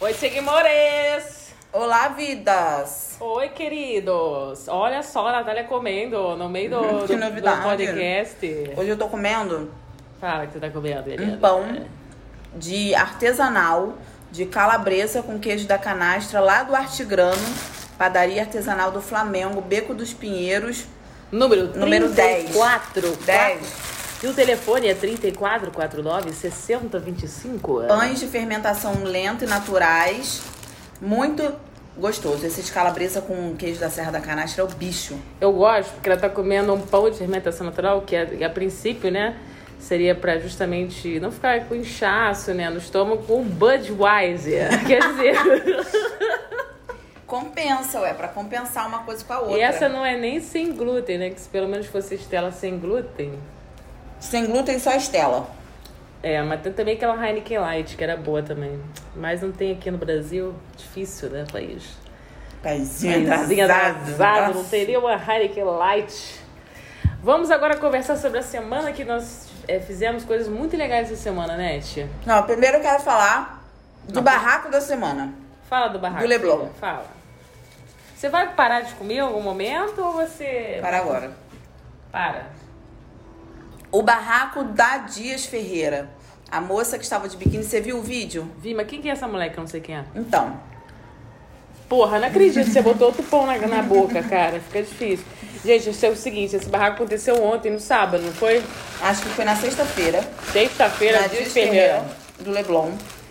Oi, seguimores! Olá, vidas! Oi, queridos! Olha só, a Natália comendo no meio do, do- Que do novidade. podcast. Hoje eu tô comendo Fala que você tá comendo, Eliana. um pão de artesanal de calabresa com queijo da canastra lá do Artigrano, padaria artesanal do Flamengo, Beco dos Pinheiros. Número, Número 10. 34. 10. E o telefone é 3449 6025. Pães de fermentação lenta e naturais. Muito gostoso. Esse de calabresa com queijo da Serra da Canastra é o bicho. Eu gosto porque ela tá comendo um pão de fermentação natural, que é, a, que a princípio, né, seria pra justamente não ficar com inchaço, né, no estômago, com um Budweiser. Quer dizer, Compensa, ué, pra compensar uma coisa com a outra. e essa não é nem sem glúten, né, que se pelo menos fosse Estela sem glúten. Sem glúten, só Estela. É, mas tem também aquela Heineken Light, que era boa também. Mas não tem aqui no Brasil, difícil, né, país? Pezinho Pezinho atrasado, tá assim, não Nossa. teria uma Heineken Light. Vamos agora conversar sobre a semana que nós eh, fizemos coisas muito legais essa semana, né, tia? Não, primeiro eu quero falar do barraco da semana. Fala do barraco. Do Leblon. filha, Fala. Você vai parar de comer em algum momento ou você. Para agora. Para. O barraco da Dias Ferreira. A moça que estava de biquíni, você viu o vídeo? Vi, mas quem que é essa moleque? Eu não sei quem é. Então, Porra, não acredito que você botou outro pão na, na boca, cara. Fica difícil. Gente, isso é o seguinte: esse barraco aconteceu ontem, no sábado, não foi? acho que foi na sexta-feira. Sexta-feira, na dia de Ferreira. do Leblon.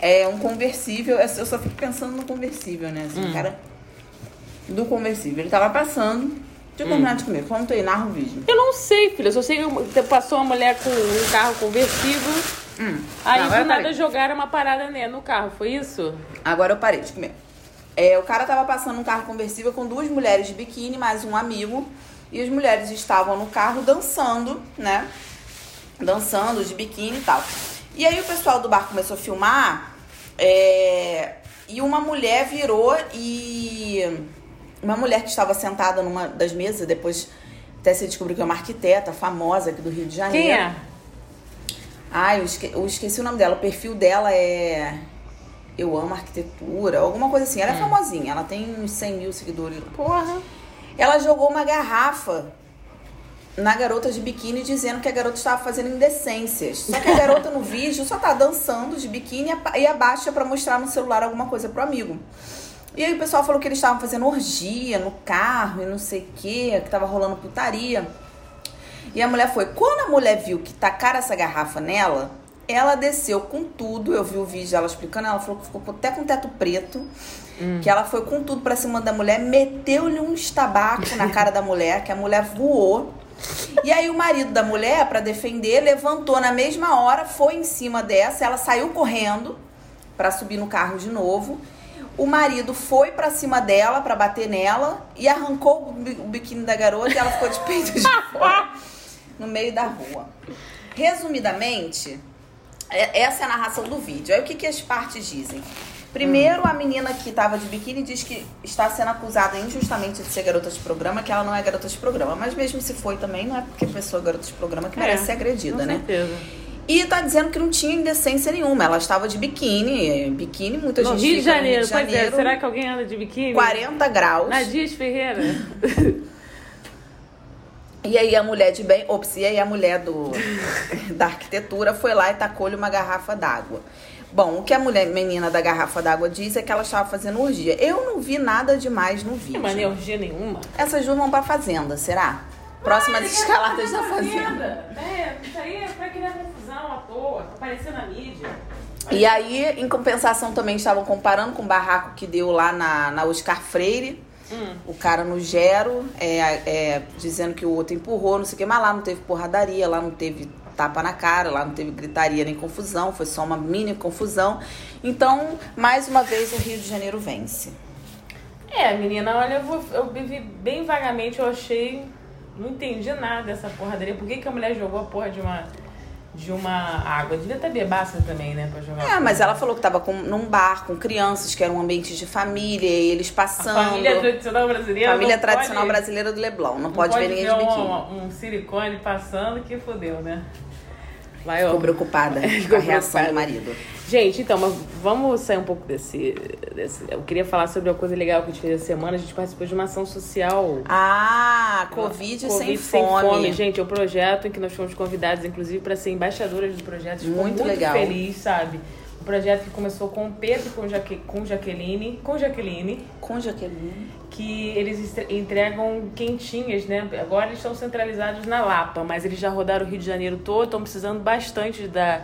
É um conversível. Eu só fico pensando no conversível, né? Hum. Assim, o cara. Do conversível. Ele tava passando. Deixa eu Hum. terminar de comer. Vamos treinar o vídeo. Eu não sei, filha. Eu só sei que uma- passou uma mulher com um carro conversível. Hum. Aí Agora eu do nada parei. jogaram uma parada né, no carro, foi isso? Agora eu parei de comer. É, o cara tava passando um carro conversível com duas mulheres de biquíni, mais um amigo. E as mulheres estavam no carro dançando, né? Dançando de biquíni e tal. E aí o pessoal do bar começou a filmar. é, e uma mulher virou e. Uma mulher que estava sentada numa das mesas, depois até se descobriu que é uma arquiteta famosa aqui do Rio de Janeiro. Quem é? Ai, Ah, eu, esque- eu esqueci o nome dela. O perfil dela é. Eu amo arquitetura, alguma coisa assim. Ela é famosinha, ela tem uns 100 mil seguidores. Porra. Ela jogou uma garrafa na garota de biquíni dizendo que a garota estava fazendo indecências. Só que a garota no vídeo só tá dançando de biquíni e apa- e abaixa pra mostrar no celular alguma coisa pro amigo. E aí o pessoal falou que eles estavam fazendo orgia no carro e não sei o que, que tava rolando putaria. E a mulher foi. Quando a mulher viu que tacaram essa garrafa nela, ela desceu com tudo. Eu vi o vídeo dela explicando, ela falou que ficou até com teto preto. Que ela foi com tudo pra cima da mulher, meteu-lhe um estabaco na cara da mulher, que a mulher voou. E aí o marido da mulher, pra defender, levantou na mesma hora, foi em cima dessa, ela saiu correndo pra subir no carro de novo. O marido foi pra cima dela pra bater nela e arrancou o bi- o biquíni da garota e ela ficou de peito de fora no meio da rua. Resumidamente, é- essa é a narração do vídeo. Aí o que, que as partes dizem? Primeiro, a menina que estava de biquíni diz que está sendo acusada injustamente de ser garota de programa, que ela não é garota de programa. Mas mesmo se foi também, não é porque a pessoa é garota de programa que É, merece ser agredida, Com né? certeza. E tá dizendo que não tinha indecência nenhuma. Ela estava de biquíni, eh, biquíni, muita No gente Rio de fica no Janeiro, Rio de pois é. Janeiro Será que alguém anda de biquíni? 40 graus. Na Dias Ferreira. E aí a mulher de bem, ops, e aí a mulher do, da arquitetura foi lá e tacou-lhe uma garrafa d'água. Bom, o que a mulher menina da garrafa d'água diz é que ela estava fazendo orgia. Eu não vi nada demais no Não tem vídeo. maneira orgia nenhuma. Essas duas vão pra fazenda, será? Próximas escaladas da fazenda. tá É, isso aí é pra criar confusão à toa, tá aparecendo na mídia. E aí, em compensação, também estavam comparando com o barraco que deu lá na, na Oscar Freire. Hum. O cara no Gero, é, é, dizendo que o outro empurrou, não sei o que, mas lá não teve porradaria, lá não teve tapa na cara, lá não teve gritaria nem confusão, foi só uma mini confusão. Então, mais uma vez, o Rio de Janeiro vence. É, menina, olha, eu, vou, eu vivi bem vagamente, eu achei. Não entendi nada dessa porra dele. Por que, que a mulher jogou a porra de uma. De uma água. Devia ter bebaça também, né? Pra jogar. É, mas ela falou que tava com, num bar com crianças, que era um ambiente de família, e eles A passando. família tradicional brasileira. Família não tradicional pode, brasileira do Leblon, não, não pode, ver ninguém de biquíni. um, um silicone passando que fodeu, né? Vai, ó. Ficou preocupada com Ficou a reação preocupada. do marido. Gente, então, mas vamos sair um pouco desse, desse- Eu queria falar sobre uma coisa legal que a gente fez essa semana. A gente participou de uma ação social. Ah, Covid, sem, fome. Gente, é um projeto em que nós fomos convidados, inclusive, para ser embaixadoras do projeto. Ficou Muito muito legal. feliz, sabe? Um projeto que começou com o Pedro e com, Jaque, com Jaqueline. Com Jaqueline. Com Jaqueline. que eles estre- entregam quentinhas, né? Agora eles estão centralizados na Lapa, mas eles já rodaram o Rio de Janeiro todo, estão precisando bastante da,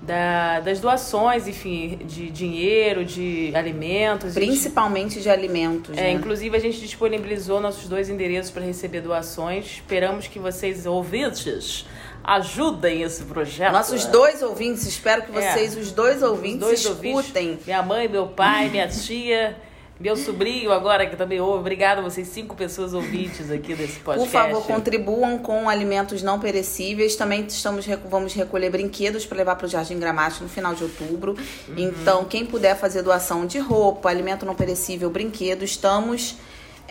da- das doações, enfim, de dinheiro, de alimentos. enfim. Principalmente de alimentos, É, né? inclusive, a gente disponibilizou nossos dois endereços para receber doações. Esperamos que vocês, ouvintes, ajudem esse projeto. Nossos dois ouvintes, espero que É. vocês, os dois ouvintes, Os dois escutem. ouvintes, minha mãe, meu pai, minha tia, meu sobrinho agora que também ouve. Obrigada a vocês, cinco pessoas ouvintes aqui desse podcast. Por favor, contribuam com alimentos não perecíveis. Também estamos, recu- vamos recolher brinquedos para levar para o Jardim Gramado no final de outubro. Uhum. Então, quem puder fazer doação de roupa, alimento não perecível, brinquedo, estamos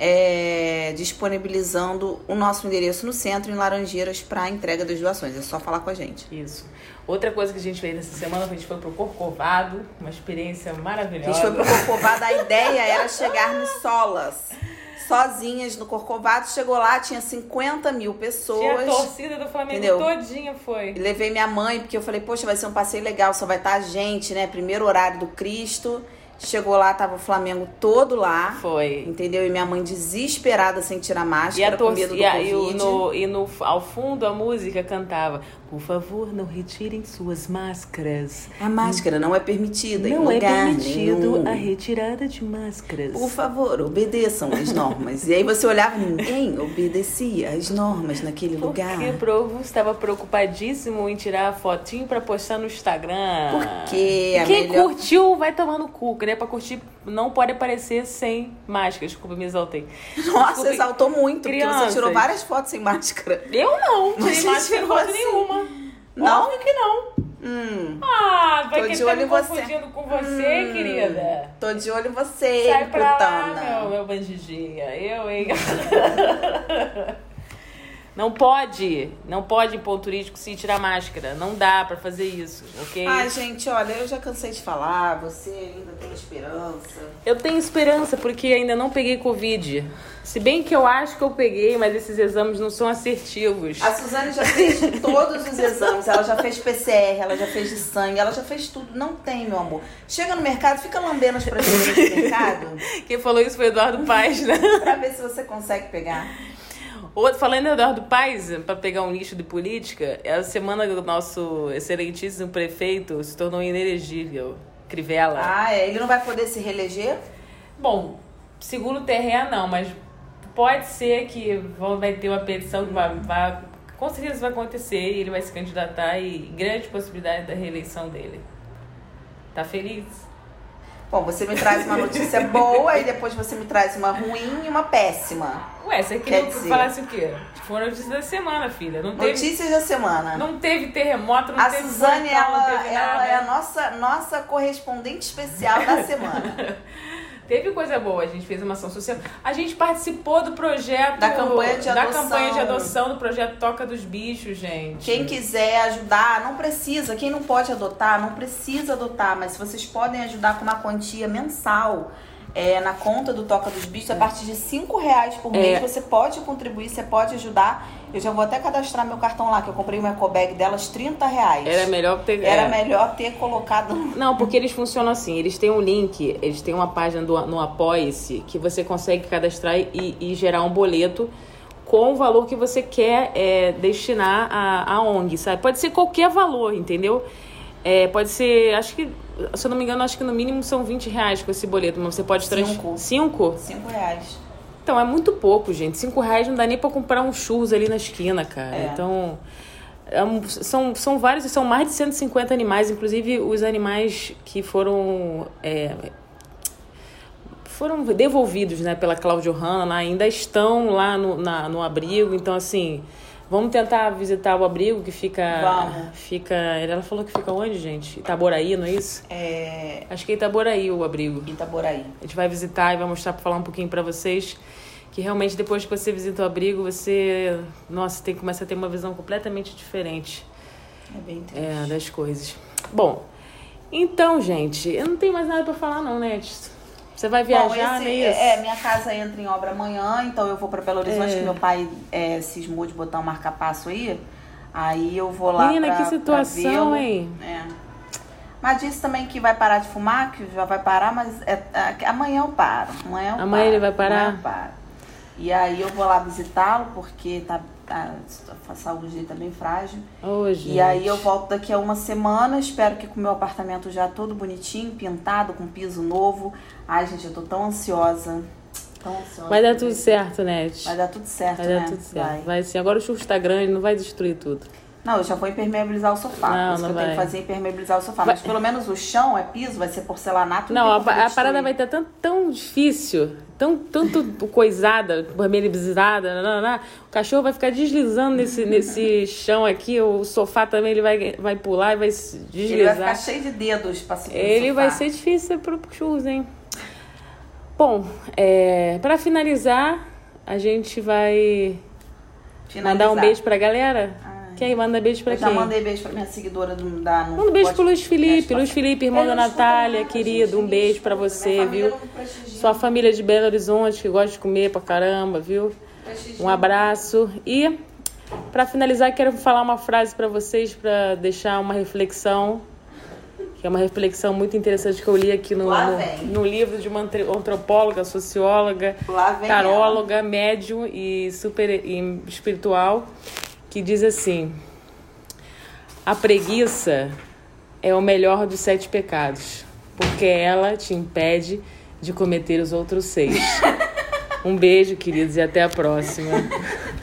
é, disponibilizando o nosso endereço no centro, em Laranjeiras, para entrega das doações. É só falar com a gente. Isso. Outra coisa que a gente fez nessa semana, a gente foi pro Corcovado, uma experiência A maravilhosa. gente foi pro Corcovado, a ideia era chegarmos solas, sozinhas no Corcovado. Chegou lá, tinha 50 mil Tinha pessoas. a torcida do Flamengo Entendeu? todinha foi. E Levei minha mãe, porque eu falei, poxa, vai ser um passeio legal, só vai estar a gente, né? Primeiro horário do Cristo. Chegou lá, tava o Flamengo todo lá. Foi. Entendeu? E minha mãe desesperada sem tirar E, a máscara, com torcida, medo do e, a- e o- Covid. no, e no, ao fundo a música cantava: Por favor, não retirem suas máscaras. A máscara não é permitida em não é lugar permitido nenhum. a retirada de máscaras. Por favor, obedeçam as normas. e aí você olhava, ninguém obedecia as normas naquele lugar. Porque o Provo estava preocupadíssimo em tirar a fotinho pra postar no Instagram. Por quê? E A quem melhor- curtiu vai tomar no cu, né? Pra curtir não pode aparecer sem máscara. Desculpa, me exaltei. Nossa, Desculpa. exaltou muito, porque Crianças. você tirou várias fotos sem máscara. Eu não, tirei Você máscara em tirou foto assim? nenhuma. Não? Óbvio que não. Hum, Ah, vai Tô que de ele tá olho me em você. Hum. confundindo com você, querida. tô de olho em você, Sai pra putana. lá, meu, meu bandidinha. Eu, hein? Não pode, não pode em ponto turístico se tirar máscara. Não dá pra fazer isso, ok? Ai, gente, olha, eu já cansei de falar, você ainda tem esperança. Eu tenho esperança porque ainda não peguei Covid. Se bem que eu acho que eu peguei, mas esses exames não são assertivos. A Suzane já fez todos os exames, ela já fez PCR, ela já fez de sangue, ela já fez tudo. Não tem, meu amor. Chega no mercado, fica lambendo as prateleiras do mercado Quem falou isso foi Eduardo Paes, né? pra ver se você consegue pegar. Outro, falando em Eduardo Paes, para pegar um nicho de política, essa semana o nosso excelentíssimo prefeito se tornou inelegível. Crivella. Ah, é, ele não vai poder se reeleger? Bom, seguro terreno não, mas pode ser que vão- vai ter uma petição que vai, vai- com certeza vai acontecer e ele vai se candidatar e grande possibilidade da reeleição dele. Tá feliz? Bom, você me traz uma notícia boa e depois você me traz uma ruim e uma péssima. Ué, você Quer queria que eu dizer- falasse o quê? Foram notícias da semana, filha. Não teve, Notícias da semana. não teve terremoto, não A teve Suzane, furacão, ela, não teve ela nada. né? é a nossa, nossa correspondente especial da semana. Teve coisa boa, a gente fez uma ação social. A gente participou do projeto... Da campanha de da adoção. campanha de adoção do projeto Toca dos Bichos, gente. Quem quiser ajudar, não precisa. Quem não pode adotar, não precisa adotar. Mas vocês podem ajudar com uma quantia mensal é, na conta do Toca dos Bichos. A partir de 5 reais É. por mês, você pode contribuir, você pode ajudar. Eu já vou até cadastrar meu cartão lá, que eu comprei uma ecobag delas, 30 reais. Era melhor ter... Era é. melhor ter colocado... Não, porque eles funcionam assim. Eles têm um link, eles têm uma página do- no Apoia-se que você consegue cadastrar e, e gerar um boleto com o valor que você quer é, destinar à, à ONG, sabe? Pode ser qualquer valor, entendeu? É, pode ser, acho que, se eu não me engano, acho que no mínimo são 20 reais com esse boleto, mas você pode... trans- Cinco. Cinco? 5 reais. Então, é muito pouco, gente. Cinco reais não dá nem pra comprar um churros ali na esquina, cara. É. Então, é um- são, são vários, são mais de 150 animais, inclusive os animais que foram. é, foram devolvidos né, pela Cláudio Hanna lá, ainda estão lá no, na- no abrigo. Então, assim, vamos tentar visitar o abrigo que fica. Vamos. Fica. Ela falou que fica onde, gente? Itaboraí, não é isso? É... Acho que é Itaboraí o abrigo. Itaboraí. A gente vai visitar e vai mostrar, falar um pouquinho pra vocês. Que realmente depois que você visita o abrigo, você. Nossa, tem, começa a ter uma visão completamente diferente É bem triste. é, das coisas. Bom, então, gente, eu não tenho mais nada pra falar, não, né? Você vai viajar, Bom, né? esse- Isso? é, minha casa entra em obra amanhã, então eu vou pra Belo Horizonte, É. que meu pai é, cismou de botar um marca-passo aí. Aí eu vou é lá Menina, pra, que pra situação, vê-lo. hein? É. Mas disse também que vai parar de fumar, que já vai parar, mas é- é- amanhã eu paro. Amanhã eu Amanhã paro, ele vai parar? amanhã eu paro. E aí eu vou lá visitá-lo, porque tá, tá- a saúde dele tá bem frágil. Hoje. E aí eu volto daqui a uma semana, espero que com o meu apartamento já todo bonitinho, pintado, com piso novo. Ai, gente, eu tô tão ansiosa. Tão ansiosa. Vai dar tudo certo, Net. Vai dar tudo certo, Vai né? dar tudo certo. Vai. sim. Agora o churro está grande, não vai destruir tudo. Não, eu já vou impermeabilizar o sofá. Não, Isso não que eu tenho que vai. fazer é impermeabilizar o sofá. Mas Vai- pelo menos o chão é piso, vai ser porcelanato. Não, tem a, como a destruir. parada vai estar tão, tão difícil, tão, tanto coisada, vermelhizada, nananá. o cachorro vai ficar deslizando nesse, nesse chão aqui, o sofá também ele vai, vai pular e vai se deslizar. Ele vai ficar cheio de dedos pra subir no Ele sofá. vai ser difícil pro Chus, hein? Bom, é, para finalizar, a gente vai Finalizar. mandar um beijo pra galera. Ai. Quem manda beijo pra Eu já quem? mandei é beijo pra minha seguidora do, da... no Manda um beijo pro podcast. Luiz Felipe. Luiz Felipe, irmão Ele da não escuta Natália, nada, querido. gente, Um ninguém beijo pra escuta. você, Minha família viu? não prestigia. Sua família de Belo Horizonte, que gosta de comer pra caramba, viu? Um abraço. E, pra finalizar, quero falar uma frase pra vocês, pra deixar uma reflexão. Que é uma reflexão muito interessante que eu li aqui no, Lá no- vem. no livro de uma antro- antropóloga, socióloga, Lá vem ela. taróloga, médium e super e espiritual, que diz assim: a preguiça é o melhor dos sete pecados, porque ela te impede de cometer os outros seis. Um beijo, queridos, e até a próxima.